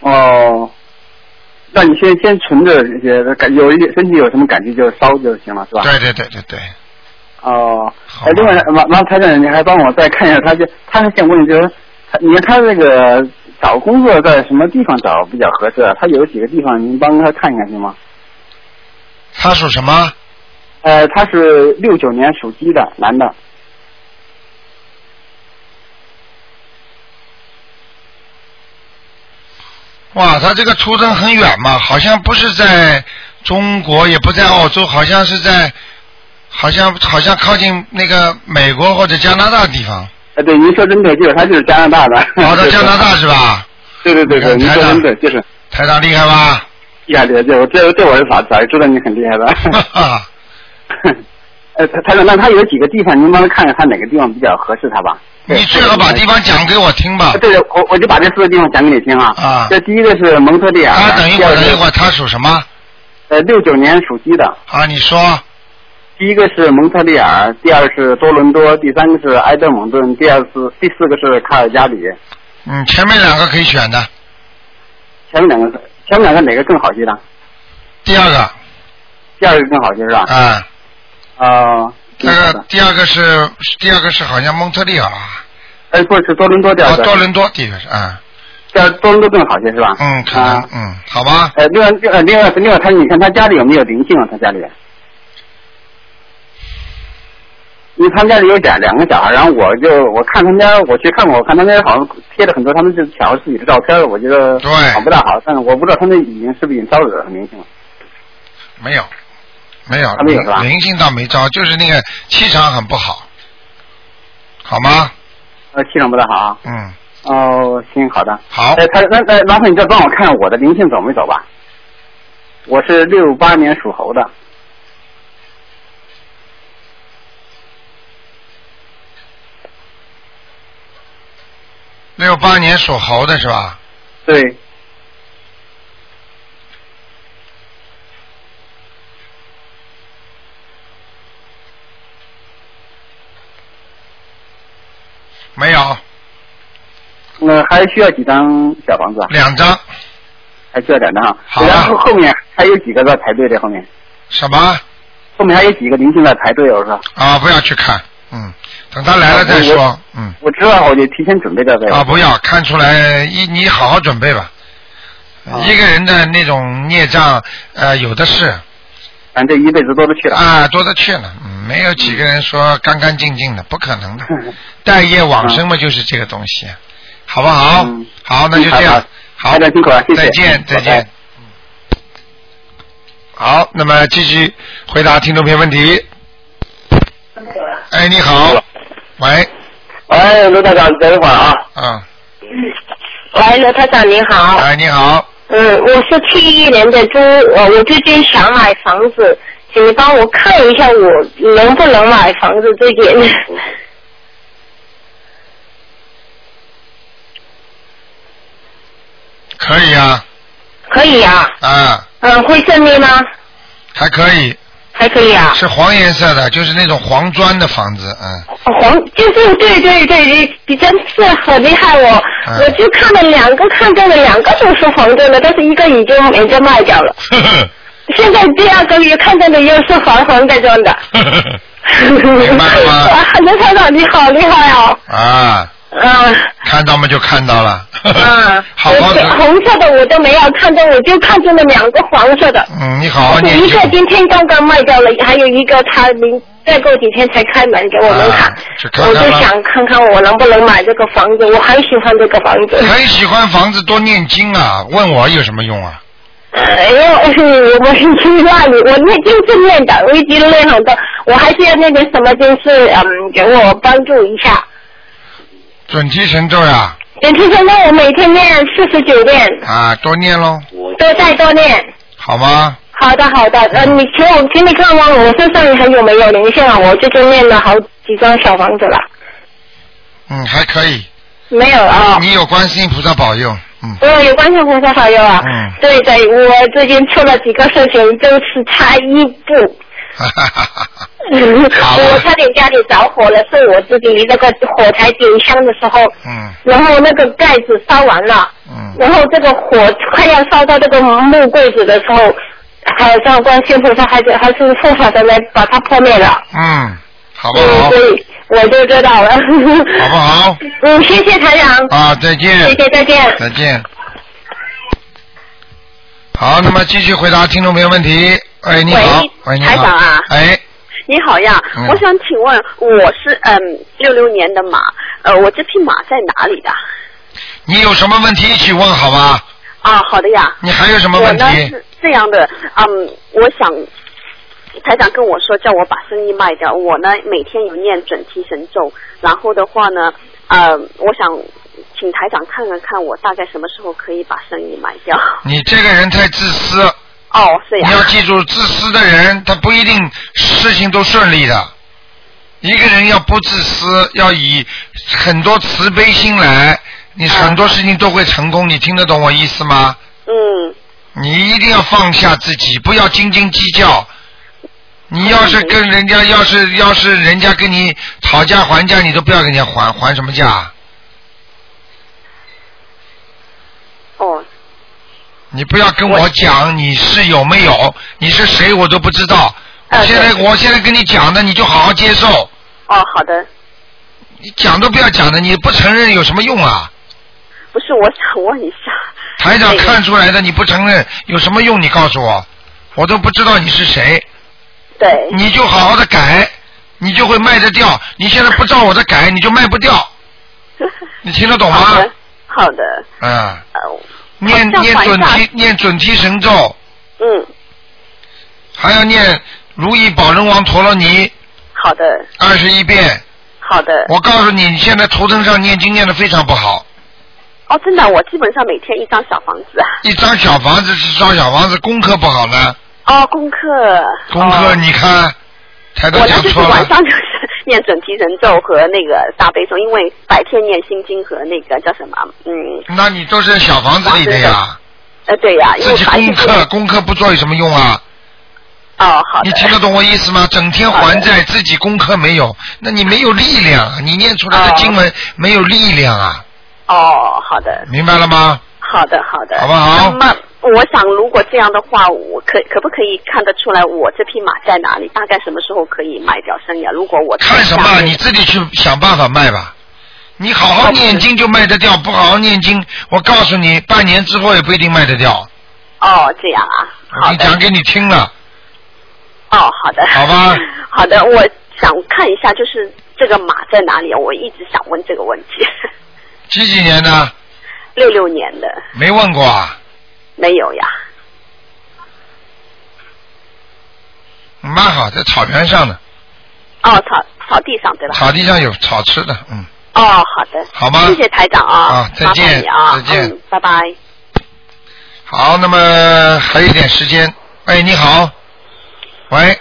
哦，那你先先存着这些感有一点身体有什么感觉就烧就行了是吧？
对啊对对对对，
哦，哎，另外麻麻烦台长，你还帮我再看一下他这，他还想问就是，他你看他这个找工作在什么地方找比较合适啊？他有几个地方，您帮他看一看行吗？
他属什么？
呃，他是六九年属鸡的男的，
哇，他这个出生很远嘛，好像不是在中国，也不在澳洲，好像是在，好像好像靠近那个美国或者加拿大地方。
呃，对，您说真对，就是他就是加拿大的。
跑哦到加拿大是吧？
对对对对，
你
您
看
说
台
真
长
对，就是。
台长厉害吧？
厉害厉害，这我这这我是早早就知道你很厉害的。 呃，台台长，那他有几个地方，您帮他看看他哪个地方比较合适他吧？
你最好把地方讲给我听吧。
嗯对，我我就把这四个地方讲给你听啊。
啊
这第一个是蒙特利尔。
啊，等一会
第二个
儿，等
是
一会儿，他属什么？
呃，六九年属鸡的。
啊，你说。
第一个是蒙特利尔，第二个是多伦多，第三个是埃德蒙顿，第二次第四个是卡尔加里。
嗯，前面两个可以选的，
前面两个，前面两个哪个更好些呢？
第二个，
第二个更好些是吧？
啊。
啊、
那个第二个是第二个是好像蒙特利尔啊，
呃，不是多伦多第二
啊
个。
多伦多第一个是啊，
第二多伦多更好些是吧？
嗯，可能
啊。
嗯，好吧，
呃，另外，另外，另外，另外，他你看他家里有没有灵性啊？他家里，因为他们家里有两两个小孩，然后我就我看他们家，我去看过，我看他们家好像贴了很多他们这小孩自己的照片，我觉得
对
好不大好，但是我不知道他们已经是不是已经招惹很灵性了。
没有没有
他没有是吧
灵性倒没招，就是那个气场很不好，好吗？
呃，气场不大好啊。
嗯，
哦，行，好的。
好。
哎，他那那麻烦你再帮我看我的灵性走没走吧？我是六八年属猴的。
六八年属猴的是吧？
对。
没有，
那还需要几张小房子？啊
两张。
还需要两张啊。
好啊
然后后面还有几个在排队的后面，
什么
后面还有几个明星在排队，我说。
啊？不要去看，嗯，等他来了再说
啊我，
嗯。
我知道，我就提前准备着呗。
啊，不要看出来一，你好好准备吧。一个人的那种孽障，呃，有的是。
反正一辈子多得去 了。
啊，多得去了，嗯没有几个人说干干净净的，不可能的。 待业往生嘛，就是这个东西，啊好不好？好，那就这样
嗯。
好，
台长辛苦了谢谢
再见
嗯，
再
拜
见
拜。
好，那么继续回答听众朋友问题。哎，你好，喂，
哎
喂，罗台长，等一会儿啊。
嗯，
喂，罗台长，你好。
哎，你好，
嗯，我是七一年的猪，我我最近想买房子，请你帮我看一下我能不能买房子这点。
可以啊，
可以呀、
啊，
嗯，会顺利吗？
还可以。
还可以啊。
是黄颜色的，就是那种黄砖的房子，嗯，
哦黄就是对对对，你真是很厉害我，
嗯
我就看了两个，看中了两个都是黄灯的，但是一个已经已经卖掉了。现在第二个月看中的又是黄黄的装的。
明白了吗？
哇，刘台长你好厉害哦！
啊，
嗯
看到嘛就看到了，
嗯，
啊
好
而
好
且
的，
红色的我都没有看中，我就看中了两个黄色的。
嗯，你好好
有
念
一
经
个，今天刚刚卖掉了，还有一个他明
再过几天才开门给我们看，
啊去看
我就
看吧
想看看我能不能买这个房子，我很喜欢这个房子。
很喜欢房子多念经啊，问我有什么用啊？
哎呀，我我是去那里，我念经是念的，我已经念很多，我还需要那个什么，就是嗯，给我帮助一下。
准提神咒呀、
整体现在我每天念四十九遍，
啊，多念喽，
多再多念。
好吗？
好的，好的，呃，你请我请你看望我身上还有没有灵性啊？我最近念了好几张小房子了，
嗯，还可以。
没有啊、
你有观世音菩萨保佑，嗯
我有关系菩萨保佑啊。
嗯，
对对，我最近出了几个事情，就是差一步。
哈哈哈哈。
嗯我
啊
差点家里着火了，是我自己那个火柴点香的时候，
嗯，
然后那个盖子烧完了，嗯，然后这个火快要烧到这个木柜子的时候，还有上观世音菩萨还是还是护法神来把它破灭了，
嗯，好不
嗯，
好
所？以我就知道了，
好不好？
嗯，谢谢台长，
啊，再见。
谢谢再见
再见。好，那么继续回答听众朋友问题。哎，你好，喂，
喂
你
台
好
长啊
哎，
你好呀，
嗯
我想请问，我是嗯六六年的马，呃，我这匹马在哪里的？
你有什么问题一起问好吧？
啊，好的呀。
你还有嗯什么问题
我呢是这样的，嗯，我想台长跟我说叫我把生意卖掉，我呢每天有念准提神咒，然后的话呢，呃，我想请台长看看看我大概什么时候可以把生意卖掉。
你这个人太自私。
哦，是呀。
你要记住，自私的人他不一定事情都顺利的。一个人要不自私，要以很多慈悲心来，你很多事情都会成功。你听得懂我意思吗？
嗯。
你一定要放下自己，不要斤斤计较。你要是跟人家，要是要是人家跟你讨价还价，你都不要跟人家还，还什么价啊？
哦，
你不要跟我讲你是有没有，你是谁我都不知道。
呃
我现在我现在跟你讲的，你就好好接受。
哦，好的。
你讲都不要讲的，你不承认有什么用啊？
不是，我想问一下。
台长
那个
看出来的，你不承认有什么用？你告诉我，我都不知道你是谁。
对。
你就好好的改，你就会卖得掉。你现在不照我的改，你就卖 不掉。你听得懂吗？
好的，呃
嗯。
像
念念
还
准
债
提念准提神咒，
嗯，
还要念如意宝轮王陀罗尼
好的，
二十一遍。
好的。
我告诉你，你现在图腾上念经念的非常不好，
哦，真的，我基本上每天一张小房子。啊
一张小房子是烧小房子，功课不好呢。
哦，功课。
功课
哦
你看，台
我呢
长讲
就是
错
晚
了，
上就是念准提神咒和那个大悲咒，因为白天念心经和那个叫什么，嗯，
那你都是小房子里的呀，
呃，对呀、因
自
为
己
白天
功课
念
功课不做有什么用啊？
哦，好的
你听得懂我意思吗？整天还债，自己功课没有，那你没有力量啊，你念出来的经文没有力量啊，
哦，好的，
明白了吗？
好的，好的，
好不好
那么我想，如果这样的话，我可可不可以看得出来我这匹马在哪里？大概什么时候可以卖掉生意啊？如果我
看什么啊？你自己去想办法卖吧。你好好念经就卖得掉，不好好念经，我告诉你，半年之后也不一定卖得掉。
哦，这样啊，
我已经讲给你听了，
哦，好的，
好吧？
好的，我想看一下，就是这个马在哪里啊？我一直想问这个问题。
几几年的？
六六年的
没问过啊？
没有呀？
蛮好，在草原上的，
哦，草草地上对吧？
草地上有草吃的，嗯。
哦，好的，
好吗
谢谢台长啊，
啊再
麻
见
烦你啊，
再见
嗯，拜拜。
好，那么还有一点时间。哎，你好，喂，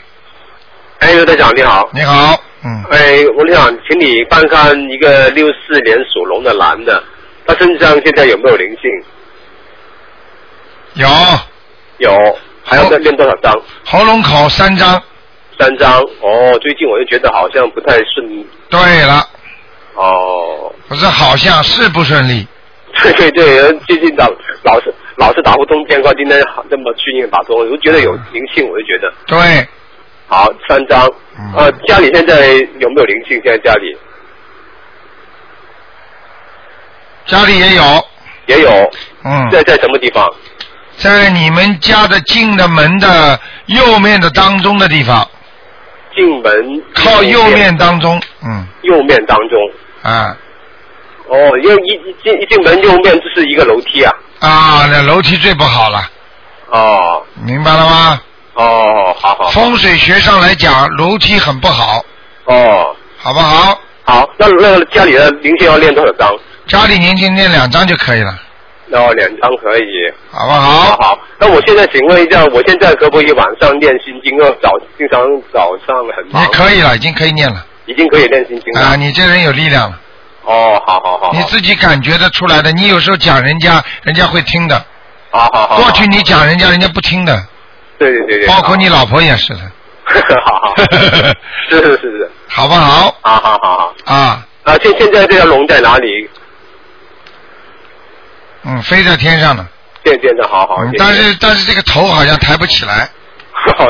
哎，刘队长你好。
你好，嗯
哎，我想请你看看一个六四年属龙的男的，他身上现在有没有灵性？
有
有，还要再练多少张？
喉咙口三张。
三张。哦，最近我就觉得好像不太顺利。
对了，
哦，
不是好像是不顺利，
对对对，最近老老是老是打不通电话，今天好这么幸运打通，我就觉得有灵性，我就觉得
对，
好三张。
嗯
呃，家里现在有没有灵性？现在家里
家里也有，
也有，
嗯，
在在什么地方？
在你们家的进的门的右面的当中的地方，
进门
靠右面当中，嗯
右面当中。
啊
哦，因为一一进一进门右面就是一个楼梯啊。
啊，那楼梯最不好了，
哦
明白了吗？
哦，好好。
风水学上来讲，楼梯很不好，
哦，
好不好？
好，那那个家里的灵性要练多少张？
家里年轻念两张就可以了，
哦，两张可以。
好不好？
好，那我现在请问一下，我现在可不可以晚上练心经？因为早经常早上很忙
你，可以了，已经可以念了
已经可以练心经了。
啊！你这人有力量了，
哦，好好好，
你自己感觉得出来的。你有时候讲人家，人家会听的。
好好好。
过去你讲人家，人家不听的，
对对哦对对，
包括你老婆也是的，
好 好，是是是是，
好不好？
好好好好。
啊，
啊，现现在这条龙在哪里？
嗯，飞在天上了，
渐渐的，好好。
嗯
谢谢
但是但是这个头好像抬不起来。
好，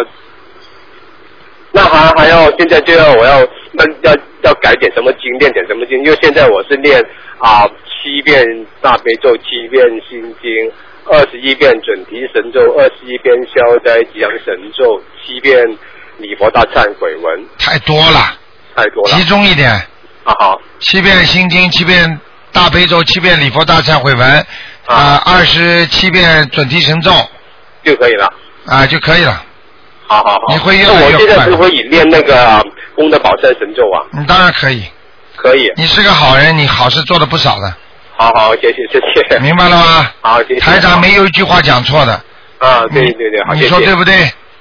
那还还要现在就要我要那要要改点什么经，练点什么经？因为现在我是练啊、七遍大悲咒，七遍心经，二十一遍准提神咒，二十一遍消灾吉祥神咒，七遍礼佛大忏悔文，
太多了，
太多了
集中一点。
啊好
七遍心经，七遍大悲咒，七遍礼佛大忏悔文，啊，二十七遍准提神咒，
就可以了。
啊就可以了。
好好好，
你会越
那
来
我
越
现在
快
是可以练那个啊功德宝山神咒啊，
你嗯当然可以，
可以。
你是个好人，你好事做了不少的，
好好，谢谢谢谢。
明白了吗？
好，谢谢。
台长没有一句话讲错的，
啊，对对对，好，
你
谢谢
说对不对？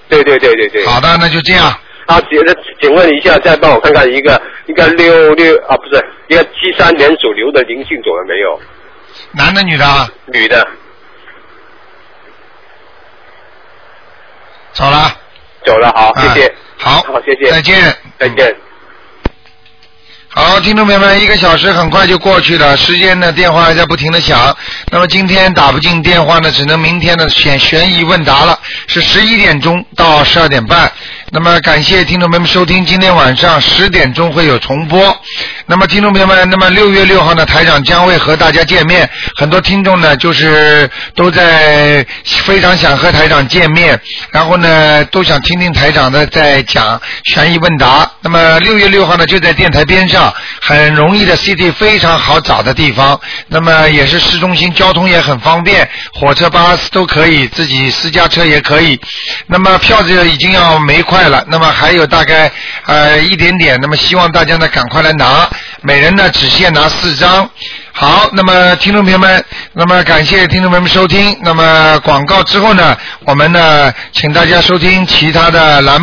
对对对对对。
好的，那就这样。
啊，请请问一下，再帮我看看一个一个六六啊，不是一个七三年属牛的灵性走了没有？
男的女的啊，
女的
走了，啊
走了，好，谢谢，
哎好，
好，谢谢，
再见。嗯
再见。
好，听众朋友们，一个小时很快就过去了，时间呢，电话还在不停的响。那么今天打不进电话呢，只能明天的选悬疑问答了，是十一点钟到十二点半。那么感谢听众朋友们收听，今天晚上十点钟会有重播。那么听众朋友们，那么六月六号呢，台长将会和大家见面。很多听众呢，就是都在非常想和台长见面，然后呢，都想听听台长的在讲悬疑问答。那么六月六号呢，就在电台边上，很容易的 CT 非常好找的地方。那么也是市中心，交通也很方便，火车、巴士都可以，自己私家车也可以。那么票子已经要没快了，那么还有大概呃一点点，那么希望大家呢赶快来拿，每人呢只限拿四张。好，那么听众朋友们，那么感谢听众朋友们收听。那么广告之后呢，我们呢请大家收听其他的栏目。